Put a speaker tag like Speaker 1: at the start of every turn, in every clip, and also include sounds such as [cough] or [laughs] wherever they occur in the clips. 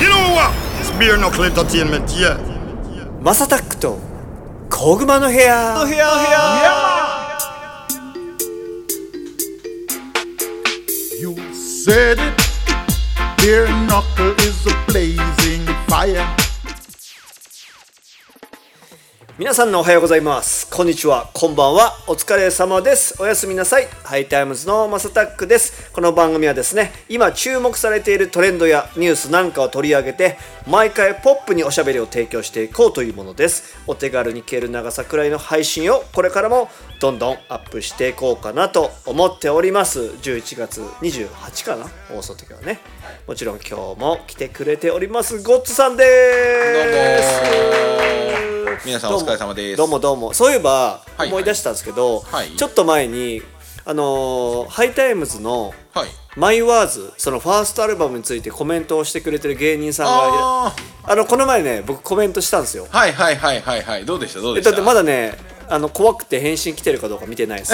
Speaker 1: You know what? It's beer knuckle entertainment, yeah.
Speaker 2: マサタックと小熊の部屋の部屋の部屋
Speaker 3: You said it. Beer knuckle is a blazing fire.
Speaker 2: 皆さんのおはようございますこんにちはこんばんはお疲れ様ですおやすみなさいハイタイムズのマサタックですこの番組はですね今注目されているトレンドやニュースなんかを取り上げて毎回ポップにおしゃべりを提供していこうというものですお手軽に消える長さくらいの配信をこれからもどんどんアップしていこうかなと思っております11月28かな放送時はねもちろん今日も来てくれておりますゴッツさんです
Speaker 4: 皆さんお疲れ様です
Speaker 2: どうもどうもそういえば
Speaker 4: はい
Speaker 2: 思い出したんですけど、
Speaker 4: はい
Speaker 2: ちょっと前にあのーハイタイムズの
Speaker 4: はい
Speaker 2: 「マイワーズそのファーストアルバムについてコメントをしてくれてる芸人さんがいる
Speaker 4: あ
Speaker 2: あのこの前ね僕コメントしたんですよ
Speaker 4: ーはいはいはいはいはいどうでしたどう
Speaker 2: え
Speaker 4: でし
Speaker 2: だ
Speaker 4: た
Speaker 2: ってま
Speaker 4: だ
Speaker 2: だねあの怖くて返信来てるかどうか見てない
Speaker 4: [laughs]
Speaker 2: です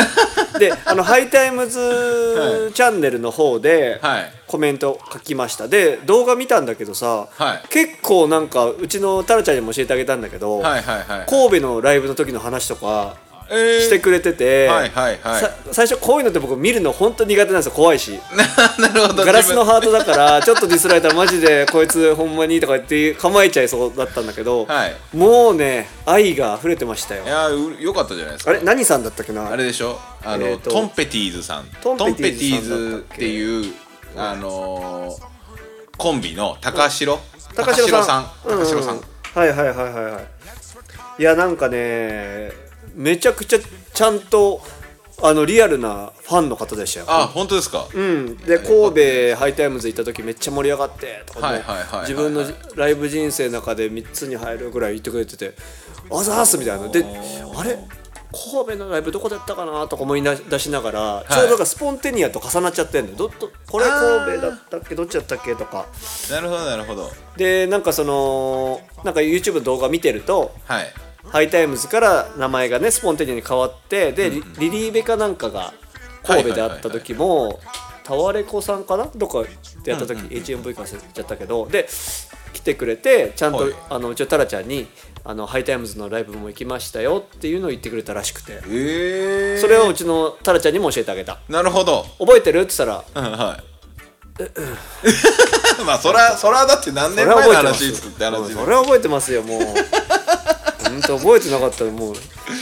Speaker 2: であのハイタイムズチャンネルの方で
Speaker 4: はい
Speaker 2: コメント書きましたで動画見たんだけどさ、
Speaker 4: はい
Speaker 2: 結構なんかうちのタラちゃんにも教えてあげたんだけど、
Speaker 4: はいはいはい
Speaker 2: 神戸のライブの時の話とか
Speaker 4: えー
Speaker 2: してくれてて、
Speaker 4: はいはいはい
Speaker 2: さ最初こういうのって僕見るの本当苦手なんですよ怖いし
Speaker 4: なるほど
Speaker 2: ガラスの
Speaker 4: 自
Speaker 2: ハートだ
Speaker 4: [laughs]
Speaker 2: からちょっとディスられたらマジでこいつほんまにとか言って構えちゃいそうだったんだけど、
Speaker 4: はい
Speaker 2: もうね愛が溢れてましたよ
Speaker 4: 分いやーうよかったじゃないです
Speaker 2: あ
Speaker 4: か
Speaker 2: れ何さんだったっけな
Speaker 4: あれでしょあの、
Speaker 2: えーと
Speaker 4: トンペティーズさん
Speaker 2: ト
Speaker 4: ト
Speaker 2: ン
Speaker 4: ン
Speaker 2: ペ
Speaker 4: ペ
Speaker 2: テ
Speaker 4: テ
Speaker 2: ィ
Speaker 4: ィ
Speaker 2: ー
Speaker 4: ー
Speaker 2: ズさんだった
Speaker 4: ズ
Speaker 2: っ
Speaker 4: っ
Speaker 2: け
Speaker 4: ていうあのーコンビの高城
Speaker 2: 高城さん
Speaker 4: 高城さん
Speaker 2: うんはいはいはいはいはいいやなんかねめちゃくちゃちゃんとあのリアルなファンの方でしたよ
Speaker 4: あ本当ですか、
Speaker 2: うん、で神戸ハイタイムズ行った時めっちゃ盛り上がってとか、
Speaker 4: はいはいはいはい
Speaker 2: 自分のライブ人生の中で3つに入るぐらい言ってくれてて「あざーす」みたいなであれ神戸のライブどこだったかなとか思い出しながら、ちょうどなんかスポンテニアと重なっちゃってんのよどっとこれ神戸だったっけどっちだったっけとか
Speaker 4: なるほどなるほど
Speaker 2: でなんかそのなんか YouTube の動画見てると
Speaker 4: はい
Speaker 2: ハイタイムズから名前がねスポンテニアに変わってで、リリリーベかなんかが神戸で会った時もタワレコさんかなどっかでやった時、HMV か忘れちゃったけどで来てくれてちゃんと、
Speaker 4: はい
Speaker 2: あのうちのタラちゃんにあの「ハイタイムズのライブも行きましたよ」っていうのを言ってくれたらしくて
Speaker 4: ええ
Speaker 2: それをうちのタラちゃんにも教えてあげた
Speaker 4: なるほど
Speaker 2: 「覚えてる?」って言ったら
Speaker 4: うんはい [laughs] まあそらそらだって何
Speaker 2: そ
Speaker 4: 年
Speaker 2: れは
Speaker 4: 前
Speaker 2: 覚
Speaker 4: の
Speaker 2: えてます
Speaker 4: 話っつって話
Speaker 2: うんそれは覚えてますよもう本当覚えてなかったらもう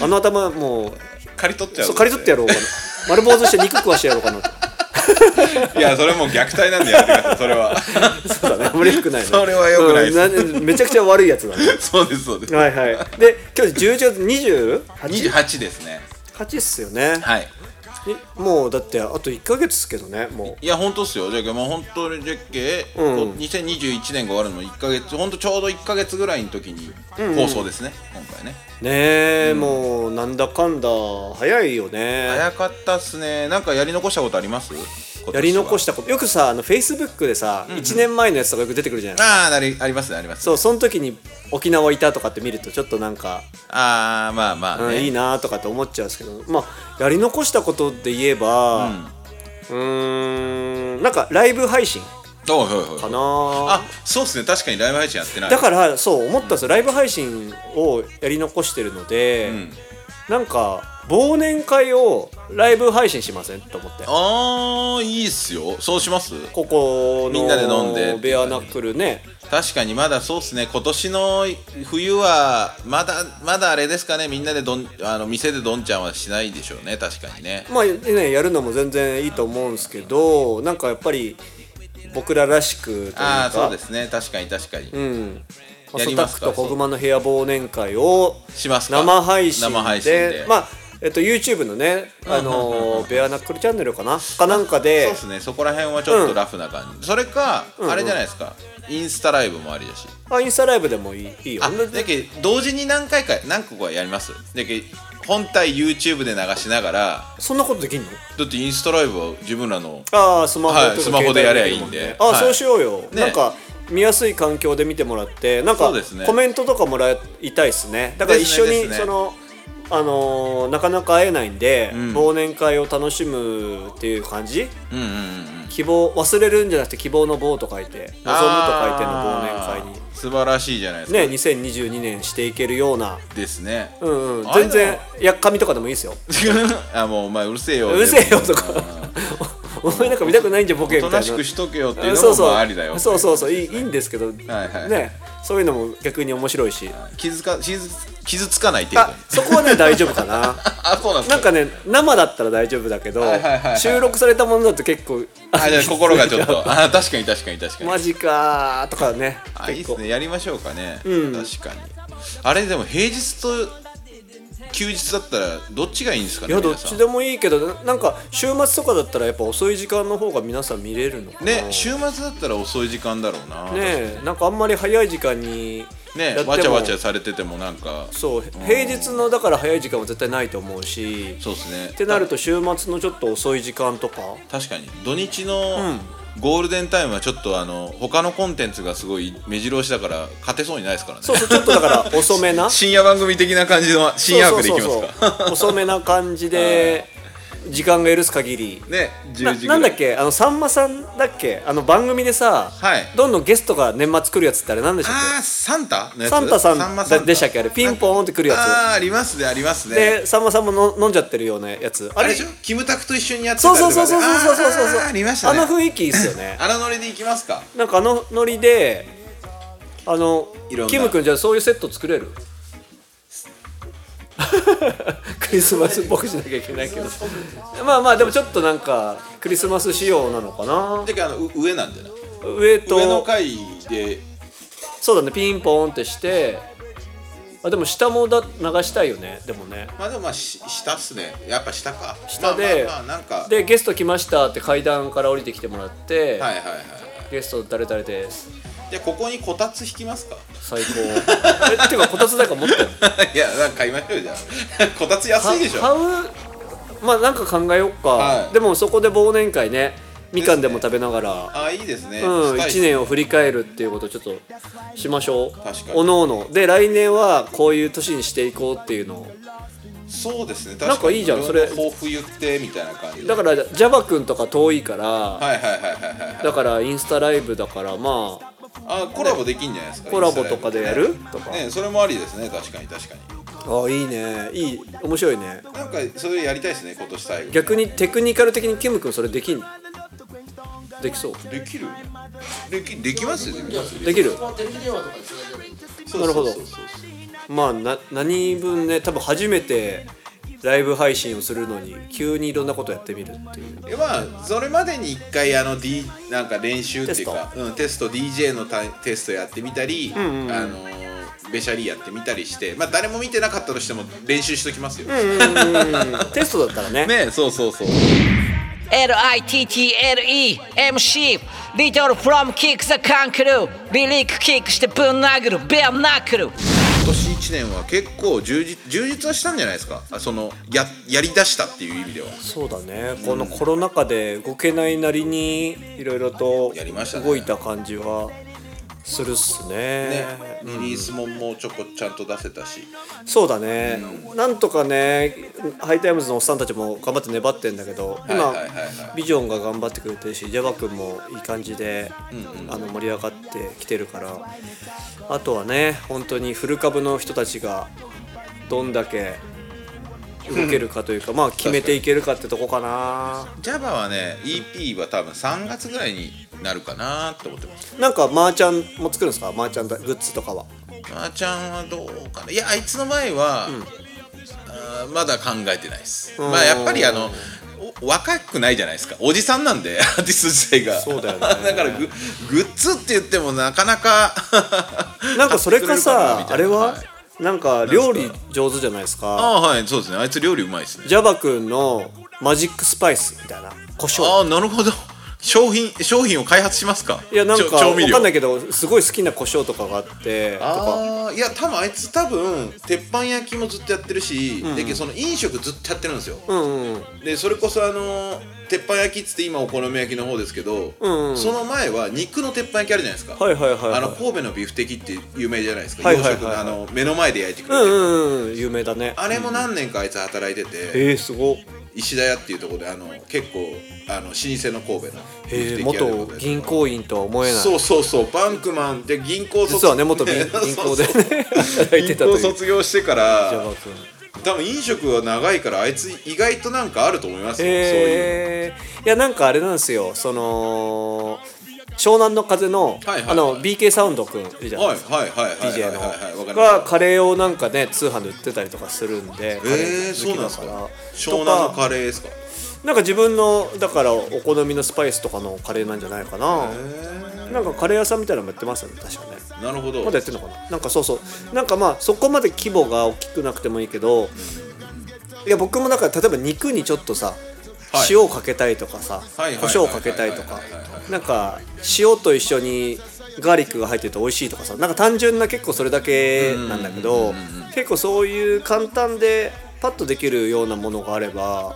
Speaker 2: あの頭もう
Speaker 4: 借り取っちゃう
Speaker 2: そう刈り取ってやろうか
Speaker 4: [laughs]
Speaker 2: な丸坊主して肉食わしてやろうかなと
Speaker 4: いやそれもう虐待なんでやめてくださいそ
Speaker 2: [laughs]
Speaker 4: れは [laughs]
Speaker 2: そうだね、あまり良くないね。
Speaker 4: それは良くないです
Speaker 2: うんなめちゃくちゃ悪いやつだね。
Speaker 4: そうですそうです
Speaker 2: はいはい。で、今日11月 28?
Speaker 4: 28ですね
Speaker 2: 8っすよね。
Speaker 4: はい
Speaker 2: えもうだってあと1ヶ月っすけどね、も
Speaker 4: いや本当っすよじゃけもう本当にじゃっけ、
Speaker 2: うん
Speaker 4: 2021年が終わるのも1か月本当ちょうど1か月ぐらいの時に放送ですね、今回ね
Speaker 2: う。ねえ、もうなんだかんだ早いよね。
Speaker 4: 早かったっすねなんかやり残したことあります
Speaker 2: やり残したたこと、よくさ、あの Facebook でさ、1年前のやつとかよく出てくるじゃない
Speaker 4: ああなりありますねあります
Speaker 2: そう、その時に沖縄いたとかって見るとちょっとなんか、
Speaker 4: ああまあまあ
Speaker 2: うん
Speaker 4: ね、
Speaker 2: いいなとかって思っちゃうんですけど、まあ、やり残したことで言えば、うん、ーん、なんかライブ配信
Speaker 4: おいおい
Speaker 2: か
Speaker 4: おい
Speaker 2: な
Speaker 4: あそうっすね確かにライブ配信やってない
Speaker 2: だからそう思ったんですよ、ライブ配信をやり残してるので、
Speaker 4: うん
Speaker 2: なんか忘年会をライブ配信しませんと思って
Speaker 4: ああいいっすよそうします
Speaker 2: ここの
Speaker 4: みんなで飲んで
Speaker 2: ベアナックルね
Speaker 4: 確かにまだそうっすね今年の冬はまだまだあれですかねみんなでどんあの店でどんちゃんはしないでしょうね確かにね
Speaker 2: まあねやるのも全然いいと思うんですけどなんかやっぱり僕ららしくというか
Speaker 4: ああそうですね確かに確かに、
Speaker 2: うんまあ
Speaker 4: や
Speaker 2: ソ
Speaker 4: り
Speaker 2: タ
Speaker 4: ま
Speaker 2: ッ
Speaker 4: す
Speaker 2: ク
Speaker 4: か
Speaker 2: と小熊の部屋忘年会を
Speaker 4: しますか
Speaker 2: 生配信で
Speaker 4: 生配信で
Speaker 2: まあえっと YouTube のねあのーベアナックルチャンネルかなかなんか
Speaker 4: そう
Speaker 2: で
Speaker 4: ですねそこら辺はちょっとラフな感じ、それか、あれじゃないですかインスタライブもありだし
Speaker 2: あインスタライブでもいいいいよ
Speaker 4: あだけ同時に何回か何個かやりますだけ本体 YouTube で流しながら
Speaker 2: そんなことできんの
Speaker 4: だってインスタライブは自分らの
Speaker 2: ああスマホ
Speaker 4: はい
Speaker 2: とか
Speaker 4: スマホでやりゃいいん
Speaker 2: 携帯もね
Speaker 4: で
Speaker 2: ああ、
Speaker 4: はい
Speaker 2: そうしようよ、
Speaker 4: ね
Speaker 2: なんか見やすい環境で見てもらってなんか
Speaker 4: そうですね
Speaker 2: コメントとかもらいたいですねだから一緒
Speaker 4: で
Speaker 2: に
Speaker 4: すね
Speaker 2: そのあのーなかなか会えないんで、
Speaker 4: ん
Speaker 2: 忘年会を楽しむっていう感じ
Speaker 4: うんうんうん
Speaker 2: 希望忘れるんじゃなくて希望の棒と書いて望むと書いての忘
Speaker 4: あー
Speaker 2: 年会に
Speaker 4: 素晴らしいじゃないですか
Speaker 2: ね2022年していけるような
Speaker 4: ですね
Speaker 2: うんうん
Speaker 4: あれ
Speaker 2: 全然やっかみとかでもいいですよ
Speaker 4: [laughs] あもうお前うるせえよ
Speaker 2: うるせえよとか [laughs] お前なんか見たくないんじゃボケ
Speaker 4: お
Speaker 2: み
Speaker 4: と
Speaker 2: た
Speaker 4: ないし
Speaker 2: な
Speaker 4: くしとけよっていうの
Speaker 2: そう
Speaker 4: も
Speaker 2: そう
Speaker 4: まあありだよ
Speaker 2: そうそうそういいいいんですけど、
Speaker 4: はいはい
Speaker 2: ねそういうのも逆に面白いし
Speaker 4: 傷つか傷つ傷つかない程度
Speaker 2: あ
Speaker 4: に
Speaker 2: そこはね大丈夫かな
Speaker 4: あそうなんです
Speaker 2: なんかね生だったら大丈夫だけど、
Speaker 4: はいはいはい
Speaker 2: 収録されたものだと結構
Speaker 4: あじゃあ心がちょっと
Speaker 2: [laughs]
Speaker 4: あ確かに確かに確かに
Speaker 2: マジかーとかね
Speaker 4: あい
Speaker 2: 結
Speaker 4: いです
Speaker 2: 構
Speaker 4: ねやりましょうかね、
Speaker 2: うん
Speaker 4: 確かにあれでも平日と休日だったらどっちがいいんですか
Speaker 2: い
Speaker 4: ね
Speaker 2: やど
Speaker 4: 皆
Speaker 2: っ
Speaker 4: さ
Speaker 2: ち
Speaker 4: ん
Speaker 2: でもいいけどななんか週末とかだったらやっぱ遅い時間の方が皆さん見れるのかな
Speaker 4: ね週末だったら遅い時間だろうな
Speaker 2: ねなんかあんまり早い時間に
Speaker 4: ね
Speaker 2: やっても
Speaker 4: わちゃわちゃされててもなんか
Speaker 2: そう平日のだから早い時間は絶対ないと思うし
Speaker 4: そうですね
Speaker 2: ってなると週末のちょっと遅い時間とか
Speaker 4: 確かに土日のゴールデンタイムはちょっとあの他のコンテンツがすごい目白押しだから勝てそうにないですからね
Speaker 2: そうそうちょっとだ
Speaker 4: [laughs]
Speaker 2: から遅めな
Speaker 4: 深夜番組的な感じの深夜枠でいきます
Speaker 2: そ
Speaker 4: か
Speaker 2: うそうそう遅めな感じで時間が許す限り
Speaker 4: ね
Speaker 2: な
Speaker 4: 10時ぐら
Speaker 2: ないんだっけあのさんまさんだっけあの番組でさ、
Speaker 4: はい
Speaker 2: どんどんゲストが年末来るやつってあれなんでしたっ
Speaker 4: ああサンタの
Speaker 2: け
Speaker 4: やつ
Speaker 2: サンタさん
Speaker 4: ま
Speaker 2: だでしたっけあれピンポーンって来るや
Speaker 4: ああーありますねあります
Speaker 2: つ
Speaker 4: ね
Speaker 2: でさんまさんもの飲んじゃってるようなやつあ
Speaker 4: あ
Speaker 2: れ
Speaker 4: れでしょキムタクと一緒にやって
Speaker 2: そ
Speaker 4: た
Speaker 2: う
Speaker 4: りと
Speaker 2: そう
Speaker 4: か
Speaker 2: そうそうそうそうそうそう
Speaker 4: あーありましたね
Speaker 2: あの雰囲気いいっすよね
Speaker 4: あらノリでいきますか
Speaker 2: なんかあのノリであの
Speaker 4: いろんな
Speaker 2: キム君じゃあそういうセット作れる [laughs] クリスマスっぽくしなきゃいけないけどまあまあでもちょっとなんかクリスマス仕様なのかな
Speaker 4: てかあのう上なんじゃない
Speaker 2: 上と
Speaker 4: 上の階で
Speaker 2: そうだねピンポーンってしてあでも下もだ流したいよねでもね
Speaker 4: まあでもまあし下っすねやっぱ下か
Speaker 2: 下で、
Speaker 4: まあまあまあなんか
Speaker 2: でゲスト来ましたって階段から降りてきてもらって、
Speaker 4: はいはいはいはい
Speaker 2: ゲスト誰々です
Speaker 4: じゃあここにこたつ引きますか [laughs]
Speaker 2: 最高えっていうかこたつだから持ってる
Speaker 4: いやなんか [laughs] 買いましょうじゃあこたつ安いでしょ
Speaker 2: 買うまあなんか考えよっか、
Speaker 4: はい
Speaker 2: でもそこで忘年会ねみかんでも食べながら、
Speaker 4: ああいいですね、
Speaker 2: うん
Speaker 4: したい
Speaker 2: 1年を振り返るっていうことをちょっとしましょう
Speaker 4: 確かに
Speaker 2: おのおので来年はこういう年にしていこうっていうのを
Speaker 4: そうですね確
Speaker 2: なんかいいじゃん
Speaker 4: ろろ
Speaker 2: それ
Speaker 4: 抱負言ってみたいな感じで
Speaker 2: だからジャバ君とか遠いから、
Speaker 4: はいはいはいはいはいはい
Speaker 2: だからインスタライブだからまあ
Speaker 4: あコラボできんじゃないですか、
Speaker 2: コラボとかでやる
Speaker 4: インス
Speaker 2: と
Speaker 4: タ
Speaker 2: か、
Speaker 4: ライブねねそれもありですね確かに確かに
Speaker 2: あいいねいい面白いね
Speaker 4: なんかそれやりたいですね今年最後
Speaker 2: 逆にテクニカル的にキム君それできんできそう
Speaker 4: できるできできますよできますよ
Speaker 2: できる
Speaker 4: そう
Speaker 2: なるほど
Speaker 4: そうそうそう
Speaker 2: まあな何分ね多分初めてライブ配信をするのに急にいろんなことやってみるっていう
Speaker 4: えまあそれまでに一回あの、D、なんか練習っていうかうん、テスト DJ のたテストやってみたり、あのーベシャリーやってみたりしてまあ誰も見てなかったとしても練習しときますよ、
Speaker 2: テストだったらね
Speaker 4: ねそうそうそう
Speaker 5: L-I-T-T-L-E MC Little from kick the kangaroo リリックキックしてぶん殴るベアナックル
Speaker 4: 今年1年は結構充実充実はしたんじゃないですかあそのややりだしたっていう意味では
Speaker 2: そうだねこのコロナ禍で動けないなりにいろいろと
Speaker 4: やりましたね
Speaker 2: 動いた感じはするっすね
Speaker 4: ねリリースももうちょこちゃんと出せたし
Speaker 2: そうだね、なんとかねハイタイムズのおっさんたちも頑張って粘ってんだけど今、
Speaker 4: はいはいはいはい
Speaker 2: ビジョンが頑張ってくれてるしジャバ君もいい感じで、あの盛り上がってきてるからあとはね本当に古株の人たちがどんだけ動けるかと
Speaker 4: [laughs]
Speaker 2: いうかまあ決めていけるかってとこかな
Speaker 4: Java はね EP は多分3月ぐらいになるかなと思ってます
Speaker 2: なんかマーチャンも作るんですかマーチャンだグッズとかは
Speaker 4: まーちゃんはどうかないやあいつの場合は、あーまだ考えてないです
Speaker 2: ん
Speaker 4: まあやっぱりあのお若くないじゃないですかおじさんなんで [laughs] アーティスト自体が
Speaker 2: そうだよね
Speaker 4: [laughs] だからググッズって言ってもなかな
Speaker 2: [laughs]
Speaker 4: か
Speaker 2: なんかそれか
Speaker 4: 買っ
Speaker 2: さ
Speaker 4: て
Speaker 2: あ
Speaker 4: くれ
Speaker 2: れ
Speaker 4: るかな
Speaker 2: は
Speaker 4: みたいな
Speaker 2: なんか料理上手じゃないですか
Speaker 4: ああはいそうですねあいつ料理うまいですね
Speaker 2: ジャバ君のマジックスパイスみたいな胡椒
Speaker 4: ああなるほど商品商品を開発しますか
Speaker 2: いやなん
Speaker 4: ち
Speaker 2: か
Speaker 4: ょ調
Speaker 2: わ
Speaker 4: 味料
Speaker 2: かんないけどすごい好きな胡椒とかがあってとか
Speaker 4: ああいや多分あいつ多分鉄板焼きもずっとやってるし、でその飲食ずっとやってるんですよ、
Speaker 2: うんうん
Speaker 4: でそれこそあの鉄板焼きっつって今お好み焼きの方ですけど、
Speaker 2: んうん
Speaker 4: その前は肉の鉄板焼きあるじゃないですか、
Speaker 2: はいはいはいはい
Speaker 4: あの神戸のビフテキって有名じゃないですか、
Speaker 2: はいはいはいはい
Speaker 4: 洋食のあの目の前で焼いてく
Speaker 2: う
Speaker 4: れて
Speaker 2: ん
Speaker 4: る、
Speaker 2: うんうん有名だね
Speaker 4: あれも何年かあいつ働いてて、
Speaker 2: えー、すごっ
Speaker 4: 石田屋っていうところであの結構あの老舗の神戸のビフ
Speaker 2: え
Speaker 4: テ
Speaker 2: ー、
Speaker 4: キ屋で
Speaker 2: 元銀行員とは思えない
Speaker 4: そうそうそうバンクマンで銀行卒
Speaker 2: 実はね
Speaker 4: [laughs]
Speaker 2: 元銀銀行でね働いてたという
Speaker 4: 銀行
Speaker 2: ジ
Speaker 4: 卒業してから
Speaker 2: ャバ君
Speaker 4: 多分飲食は長いからあいつ意外となんかあると思いますよ、
Speaker 2: えー、いやなんかあれなんですよその湘南の風の、
Speaker 4: はいはいはい
Speaker 2: あの BK サウンド君いるじゃ
Speaker 4: そういう
Speaker 2: ないで
Speaker 4: はい
Speaker 2: すか、
Speaker 4: はいはいはい
Speaker 2: DJ の
Speaker 4: はいはいはいわかり
Speaker 2: 方
Speaker 4: ました
Speaker 2: がカレーをなんかね通販で売ってたりとかするんでカレ
Speaker 4: えー、
Speaker 2: ー
Speaker 4: そうなん
Speaker 2: 好
Speaker 4: で
Speaker 2: き
Speaker 4: す
Speaker 2: だか
Speaker 4: か
Speaker 2: ら
Speaker 4: 湘南の
Speaker 2: とか
Speaker 4: カレーですか
Speaker 2: なんか自分のだからお好みのスパイスとかのカレーなんじゃないかな、なんかカレー屋さんみたいなのもやってますよね確かね
Speaker 4: なるほど
Speaker 2: まだやってんのかななんかそうそうなんかまあそこまで規模が大きくなくてもいいけどいや僕もだから例えば肉にちょっとさ
Speaker 4: はい
Speaker 2: 塩をかけたいとかさ胡
Speaker 4: はいはいはい
Speaker 2: 椒をかけたいとか
Speaker 4: はいはいはいはい
Speaker 2: なんか塩と一緒にガーリックが入ってると美味しいとかさなんか単純な結構それだけなんだけど結構そういう簡単でパッとできるようなものがあれば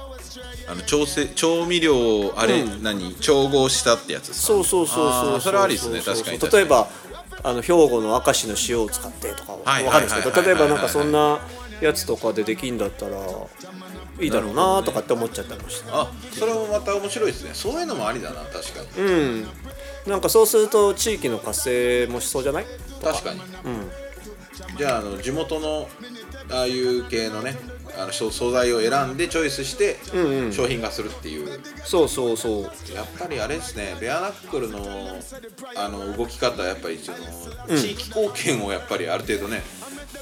Speaker 4: あの調整調味料をあれ、何調合したってやつですか
Speaker 2: そうそうそうそう
Speaker 4: あーそれありですね確かに確か
Speaker 2: 例
Speaker 4: に
Speaker 2: えばあの兵庫の明石の塩を使ってとかわ
Speaker 4: はいはいはい
Speaker 2: かる
Speaker 4: はい
Speaker 2: んですけど例えばなんかそんなやつとかでできんだったらいいだろうなとかって思っちゃったりもして
Speaker 4: あそれもまた面白いですねそういうのもありだな確かに、
Speaker 2: なんかそうすると地域の活性もしそうじゃない
Speaker 4: 確かに、じゃああの地元のああいう系のねあの素素材を選んでチョイスして商品化するっていう、
Speaker 2: そうそうそう
Speaker 4: やっぱりあれですねベアナックルのあの動き方はやっぱりその地域貢献をやっぱりある程度ね、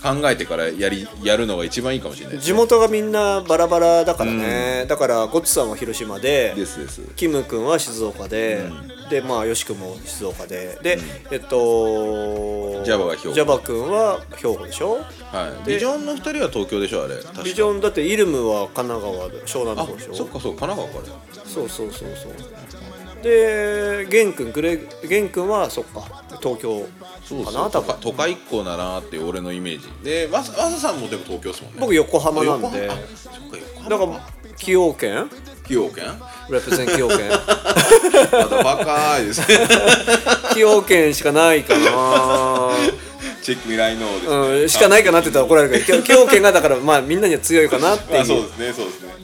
Speaker 4: 考えてからやりやるのが一番いいかもしれないです
Speaker 2: 地元がみんなバラバラだからね、だからゴッツさんは広島で
Speaker 4: ですです
Speaker 2: キム君は静岡で、でまあよし君も静岡でで、えっと
Speaker 4: ジャバが兵庫
Speaker 2: ジャバ君は兵庫でしょ
Speaker 4: はい、
Speaker 2: で
Speaker 4: ビジョンの二人は東京でしょあれ確か
Speaker 2: ビジョンだってイルムは神奈川で湘南の
Speaker 4: あ
Speaker 2: 方でしょ
Speaker 4: そっかそう神奈川から
Speaker 2: そうそうそうそうで玄君グレ玄君はそっか東京
Speaker 4: そう
Speaker 2: か
Speaker 4: そう
Speaker 2: な多
Speaker 4: 都
Speaker 2: 分
Speaker 4: 会都会っ子だなっていう俺のイメージでわさわささんもでも東京ですもんね
Speaker 2: 僕横浜なんで
Speaker 4: あ横浜あそっか横浜
Speaker 2: だから崎陽軒
Speaker 4: 崎陽軒
Speaker 2: レプゼン崎陽
Speaker 4: [laughs]
Speaker 2: 軒
Speaker 4: またバカーい
Speaker 2: [laughs]
Speaker 4: ですね
Speaker 2: 崎陽軒しかないかな
Speaker 4: チェックミライノーです、ね
Speaker 2: うん、しかないかなって言ったら怒られるけ
Speaker 4: [laughs]
Speaker 2: ど崎陽軒がだからまあみんなには強いかなって
Speaker 4: まあそう
Speaker 2: いう
Speaker 4: ですねそうですね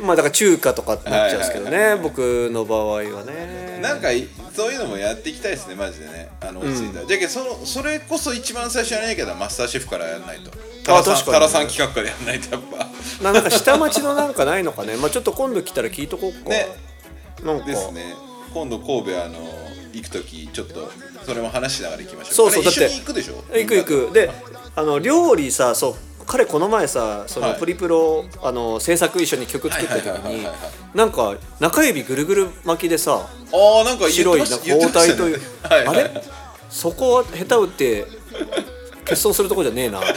Speaker 2: まあだから中華とかってなっちゃうんですけど
Speaker 4: はいはい
Speaker 2: ね僕の場合はね
Speaker 4: なんかいそういうのもやっていきたいですねマジでねあの落ち着いた、じゃけどそのそれこそ一番最初やらなきゃだマスターシェフからやらないとタラさん
Speaker 2: 確かに
Speaker 4: タラさん企画からやらないとやっ
Speaker 2: [laughs]
Speaker 4: ぱ
Speaker 2: ななんか下町のなんかないのかねまあちょっと今度来たら聞いとこうか、
Speaker 4: ね
Speaker 2: なんか
Speaker 4: [laughs] ですね今度神戸あの行く時ちょっとそれも話しながら行きましょう
Speaker 2: そうそう
Speaker 4: あ
Speaker 2: だ
Speaker 4: れ
Speaker 2: って
Speaker 4: 一緒に行くでしょ
Speaker 2: 行く行くであの料理さそう彼この前さその
Speaker 4: はい
Speaker 2: プリプロ、あの制作一緒に曲作った時
Speaker 4: はいはいはい
Speaker 2: に
Speaker 4: はいは
Speaker 2: なんか中指ぐるぐる巻きでさ
Speaker 4: ああなんか言っ
Speaker 2: 白
Speaker 4: て
Speaker 2: い
Speaker 4: ま
Speaker 2: な
Speaker 4: した
Speaker 2: 包帯という、
Speaker 4: はい
Speaker 2: あ
Speaker 4: はい [laughs]
Speaker 2: れそこは下手打って欠損するとこじゃねえなとか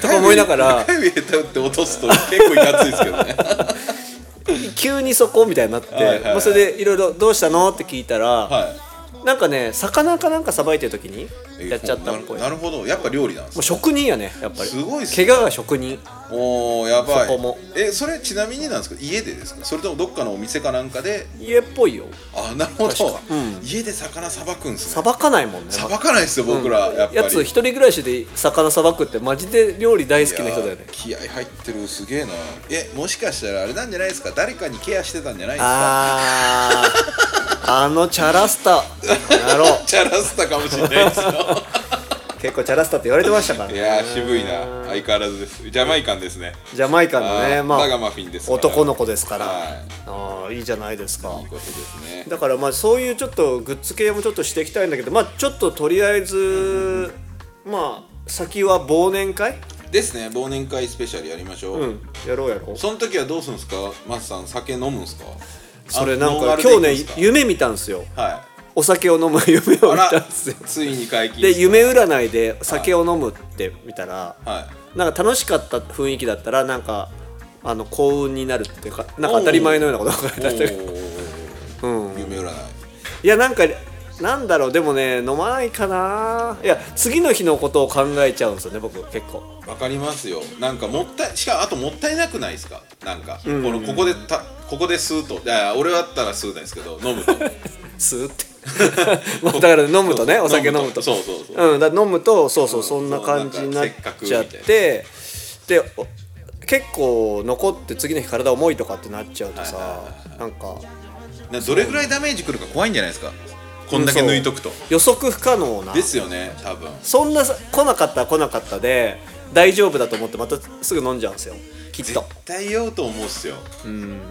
Speaker 2: とか思いながら
Speaker 4: 中指中指下手打って落とすと結構いかついです
Speaker 2: [laughs]
Speaker 4: けどね
Speaker 2: 急にそこみたいになって、
Speaker 4: はいはいはい
Speaker 2: まあ、それでいろいろ「どうしたの?」って聞いたら、
Speaker 4: は
Speaker 2: なんかね魚かなんかさばいてる時に
Speaker 4: い
Speaker 2: やっちゃったっぽい
Speaker 4: なるほどやっぱ料理なんです
Speaker 2: もう
Speaker 4: ね
Speaker 2: 職人やねやっぱり
Speaker 4: すごいっす
Speaker 2: 怪
Speaker 4: ね
Speaker 2: 我が職人
Speaker 4: おおやばい
Speaker 2: そこも
Speaker 4: えそれちなみになんですか家でですかそれともどっかのお店かなんかで
Speaker 2: 家っぽいよ
Speaker 4: あなるほど
Speaker 2: 確、かうん
Speaker 4: 家で魚さばくんです
Speaker 2: さ
Speaker 4: ね
Speaker 2: ばかないもんね
Speaker 4: さばかないですよ僕ら、やっぱり
Speaker 2: やつ一人暮らしで魚さばくってマジで料理大好きな人だよね
Speaker 4: いや気合入ってるすげえなえもしかしたらあれなんじゃないですか誰かにケアしてたんじゃないですか
Speaker 2: あーあのチャラスタやろう
Speaker 4: チャラスタかもしれないです
Speaker 2: [laughs]
Speaker 4: よ
Speaker 2: 結構チャラスタって言われてましたから
Speaker 4: い
Speaker 2: ね
Speaker 4: やー渋いな相変わらずですジャマイカンですね
Speaker 2: ジャマイカのね
Speaker 4: あー
Speaker 2: まあ
Speaker 4: バガマフィンですから
Speaker 2: 男の子ですから
Speaker 4: はい
Speaker 2: あーいいじゃないですか
Speaker 4: ということですね
Speaker 2: だからまあそういうちょっとグッズ系もちょっとしていきたいんだけどまあちょっととりあえずまあ先は忘年会
Speaker 4: ですね忘年会スペシャルやりましょう、
Speaker 2: うんやろうやろう
Speaker 4: その時はどうするんですかマスさん酒飲むんですか
Speaker 2: それなん
Speaker 4: あノン
Speaker 2: か
Speaker 4: アルで
Speaker 2: 今日ね
Speaker 4: いくんですか
Speaker 2: 夢見たんですよ [laughs]
Speaker 4: は
Speaker 2: お酒を飲む夢
Speaker 4: い
Speaker 2: を
Speaker 4: あ
Speaker 2: 見
Speaker 4: ら
Speaker 2: たんですよ
Speaker 4: ついに解禁
Speaker 2: で夢占いで酒を飲むって見たら、
Speaker 4: は
Speaker 2: なんか楽しかった雰囲気だったらなん [laughs] かあの幸運になるっていうかなんか当たり前のようなことが書い
Speaker 4: い
Speaker 2: てあっ
Speaker 4: おー
Speaker 2: た
Speaker 4: 占い
Speaker 2: いやなんかなんだろうでもね飲まないかないや次の日のことを考えちゃうんですよね僕結構
Speaker 4: わかりますよなんかもったいしかもあともったいなくないですかなんか、このここでたここで吸うといや俺だったら吸うなんですけど飲
Speaker 2: [laughs]
Speaker 4: むと
Speaker 2: スーって [laughs] まあだから飲むとねお酒飲むと
Speaker 4: そうそうそう
Speaker 2: うん、だから飲むとそうそう
Speaker 4: うん
Speaker 2: そんな感じになっちゃっ
Speaker 4: そうなんかせっかくみ
Speaker 2: てでお結構残って次の日体重いとかってなっちゃうと
Speaker 4: はいは
Speaker 2: さなんか
Speaker 4: などれぐらいダメージくるか怖いんじゃないですかこんだけ抜いとくと、
Speaker 2: 予測不可能な
Speaker 4: ですよね多分
Speaker 2: そんなさ来なかったら来なかったで大丈夫だと思ってまたすぐ飲んじゃうんですよきっ
Speaker 4: 絶
Speaker 2: と
Speaker 4: 対酔うと思うっすよ、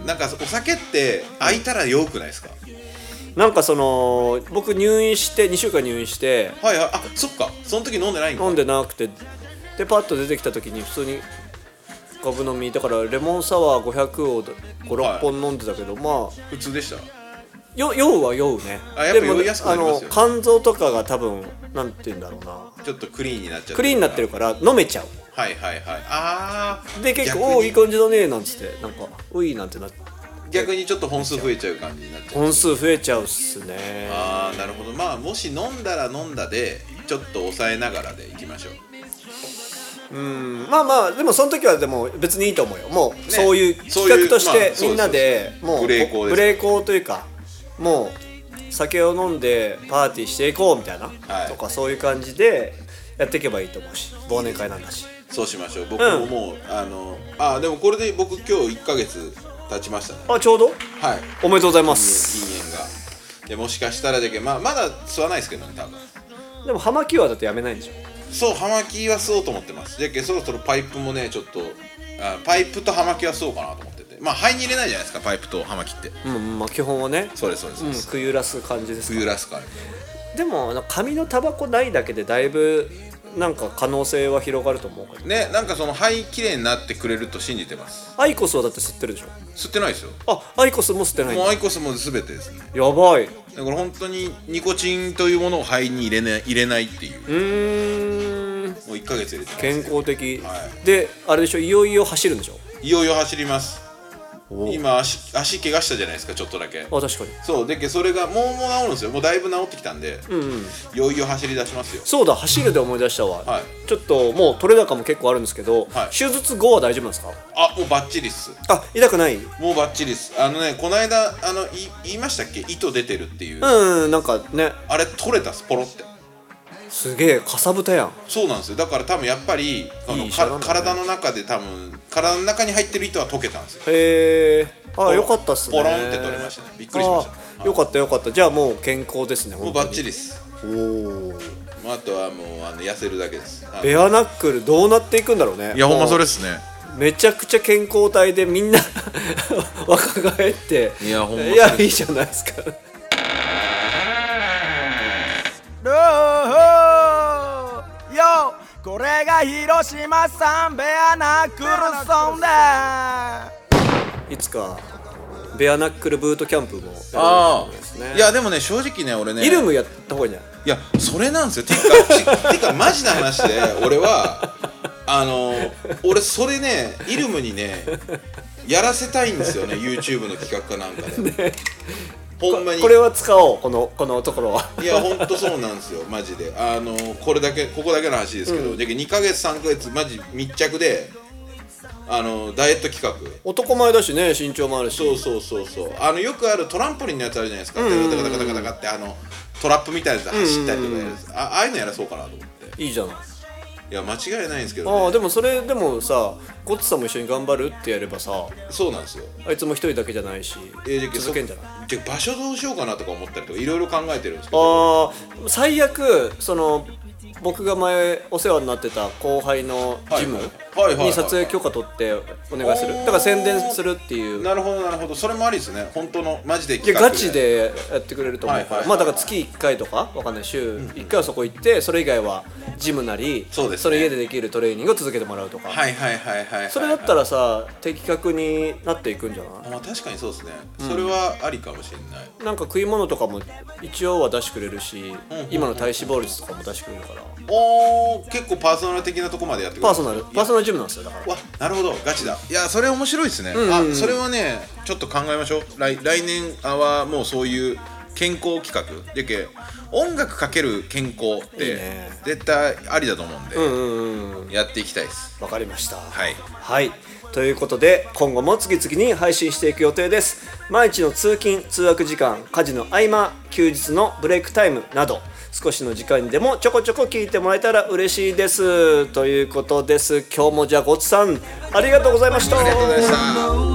Speaker 4: なんかお酒って開いたら酔うくないですか
Speaker 2: なんかその僕入院して2週間入院して
Speaker 4: はいはいあそっかその時飲んでないんか
Speaker 2: 飲んでなくてでパッと出てきた時に普通にガブ飲みだからレモンサワー500を56本飲んでたけど、まあ
Speaker 4: 普通でした
Speaker 2: よ酔うは酔うね
Speaker 4: あやっ
Speaker 2: で
Speaker 4: ぱ
Speaker 2: も
Speaker 4: 酔いやすくなりますよね
Speaker 2: あの肝臓とかが多分なんて言うんだろうな
Speaker 4: ちょっとクリーンになっちゃって
Speaker 2: クリーンになってるから飲めちゃう
Speaker 4: はいはいはいああ
Speaker 2: で結構「おおいい感じだね」なんつってなんか「うい」なんてな
Speaker 4: 逆にちょっと本数増えちゃう感じになっちゃう
Speaker 2: 本数増えちゃうっすね
Speaker 4: ああなるほどまあもし飲んだら飲んだでちょっと抑えながらでいきましょう
Speaker 2: うんまあまあでもその時はでも別にいいと思うよもうそういう
Speaker 4: そう
Speaker 2: 企
Speaker 4: いう
Speaker 2: 画とし
Speaker 4: まあ
Speaker 2: て
Speaker 4: そうです
Speaker 2: みんなでもう
Speaker 4: 無礼講です
Speaker 2: 無礼講というかもう酒を飲んでパーティーしていこうみたいな、
Speaker 4: はい
Speaker 2: とかそういう感じでやっていけばいいと思うし忘年会なんだし
Speaker 4: そうしましょう僕
Speaker 2: うん
Speaker 4: ももう、あのあーでもこれで僕今日1ヶ月経ちましたね
Speaker 2: あちょうど
Speaker 4: はい
Speaker 2: おめでとうございま
Speaker 4: 禁
Speaker 2: す
Speaker 4: 煙がでもしかしたらだけど、まあ、まだ吸わないですけどね多分
Speaker 2: でも葉巻はだってやめないんでしょ
Speaker 4: そう葉巻は吸おうと思ってますじゃけそろそろパイプもねちょっとあパイプと葉巻は吸おうかなと思っててまあ肺に入れないじゃないですかパイプと葉巻って
Speaker 2: うんうんまあ基本はね
Speaker 4: そうですそうですそう
Speaker 2: うん
Speaker 4: です、
Speaker 2: くゆらす感じですか
Speaker 4: 冬らすからね
Speaker 2: でもあの紙のタバコないだけでだいぶなんか可能性は広がると思うけど
Speaker 4: ねなんかその肺きれいになってくれると信じてます
Speaker 2: アイコスはだって吸ってるでしょ
Speaker 4: 吸ってないですよ
Speaker 2: あアイコスも吸ってないん
Speaker 4: もう
Speaker 2: だ
Speaker 4: アイコスも全てですね
Speaker 2: やばい
Speaker 4: だから本当にニコチンというものを肺に入れ,、ね、入れないっていう
Speaker 2: うーん
Speaker 4: もう1ヶ月入れてます
Speaker 2: 健康的、
Speaker 4: は
Speaker 2: であれでしょいよいよ走るんでしょ
Speaker 4: いよいよ走ります今足足怪我したじゃないですかちょっとだけ
Speaker 2: あ確かに
Speaker 4: そうでけそれがもうもう治るんですよもうだいぶ治ってきたんで、
Speaker 2: うん、うん、
Speaker 4: いよいよ走り出しますよ
Speaker 2: そうだ走るで思い出したわ、
Speaker 4: はい
Speaker 2: ちょっともう取れ高も結構あるんですけど、
Speaker 4: はい
Speaker 2: 手術後は大丈夫なんですか
Speaker 4: あもうバッチリっす
Speaker 2: あ痛くない
Speaker 4: もうバッチリっすあのねこの間あのい言いましたっけ糸出てるっていう、
Speaker 2: うんなんかね
Speaker 4: あれ取れたっすポロって
Speaker 2: すげえかさぶたやん
Speaker 4: そうなんですよだから多分やっぱりあの
Speaker 2: いい医者
Speaker 4: か
Speaker 2: なんだね
Speaker 4: 体の中で多分体の中に入ってる糸は溶けたんですよ
Speaker 2: へえあよかったっすね
Speaker 4: ポロンって取れましたねびっくりしましたね
Speaker 2: あ
Speaker 4: はい
Speaker 2: よかったよかったじゃあもう健康ですね
Speaker 4: もう
Speaker 2: 本当
Speaker 4: バ
Speaker 2: に
Speaker 4: ッチリっす
Speaker 2: おお
Speaker 4: もうあとはもうあの痩せるだけですあの
Speaker 2: ベアナックルどうなっていくんだろうね
Speaker 4: いやほんまそれっすね
Speaker 2: めちゃくちゃ健康体でみんな [laughs] 若返って
Speaker 4: いやほんま
Speaker 2: いやいいじゃないですか
Speaker 6: よこれが広島産ベアナックルソンだ
Speaker 2: いつかベアナックルブートキャンプもやる
Speaker 4: あ
Speaker 2: んです
Speaker 4: あ
Speaker 2: ね
Speaker 4: いやでもね正直ね俺ね
Speaker 2: イルムやった方がいいんじゃない
Speaker 4: いやそれなんですよていうか [laughs] ちてかマジな話で俺はあの俺それねイルムにねやらせたいんですよね YouTube の企画かなんかで、ほんまに
Speaker 2: これは使おうこのこのところは
Speaker 4: いやほんとそうなんですよマジであのこれだけここだけの話ですけど、じゃけ2ヶ月3ヶ月マジ密着であのダイエット企画
Speaker 2: 男前だしね身長もあるし
Speaker 4: そうそうそうそうあのよくあるトランポリンのやつあるじゃないですか、ダカダカダカダカってあのトラップみたいなやつで走ったりとかやるやつ、あああいうのやらそうかなと思って。
Speaker 2: いいじゃない
Speaker 4: いや間違いないんですけ
Speaker 2: あ
Speaker 4: ど、
Speaker 2: あ
Speaker 4: ね、
Speaker 2: でもそれでもさゴッツさんも一緒に頑張るってやればさ
Speaker 4: そうなんですよ
Speaker 2: あいつも一人だけじゃないし
Speaker 4: えーけ
Speaker 2: 続けんじゃない
Speaker 4: そじゃあ場所どうしようかなとか思ったりとかいろいろ考えてるんですけど
Speaker 2: あー最悪その僕が前お世話になってた後輩のジム
Speaker 4: はいはいはいはい
Speaker 2: に撮影許可取ってお願いする
Speaker 4: おー
Speaker 2: だから宣伝するっていう
Speaker 4: なるほどなるほどそれもありですね本当のマジで
Speaker 2: いや
Speaker 4: 企画
Speaker 2: ガチでやってくれると思うから、
Speaker 4: はいはいはい
Speaker 2: まあだから月1回とかわかんない週1回はそこ行ってそれ以外はジムなり
Speaker 4: そうですね
Speaker 2: れ家でできるトレーニングを続けてもらうとか、
Speaker 4: はいはいはいはいはい
Speaker 2: それだった
Speaker 4: ら
Speaker 2: らさ的確になっていくんじゃない
Speaker 4: まあ確かにそうですね、それはありかもしれない
Speaker 2: なんか食い物とかも一応は出してくれるし、
Speaker 4: ん
Speaker 2: 今の体脂肪率とかも出してくれるから
Speaker 4: おー結構パーソナル的なとこまでやってくれ
Speaker 2: パー
Speaker 4: る
Speaker 2: ソナル
Speaker 4: いや
Speaker 2: パーソナルジムなんですよだから
Speaker 4: わなるほどガチだいやそれ面白いですね、あそれはねちょっと考えましょう来来年はもうそういう健康企画でけ音楽かける健康って絶対ありだと思うんでやっていきたいです
Speaker 2: わかりました。
Speaker 4: はい
Speaker 2: はい。ということで、今後も次々に配信していく予定です。毎日の通勤、通学時間、家事の合間、休日のブレイクタイムなど、少しの時間にでもちょこちょこ聞いてもらえたら嬉しいです。ということです。今日もじゃあごちさん、ありがとうございました。
Speaker 4: ありがとうございました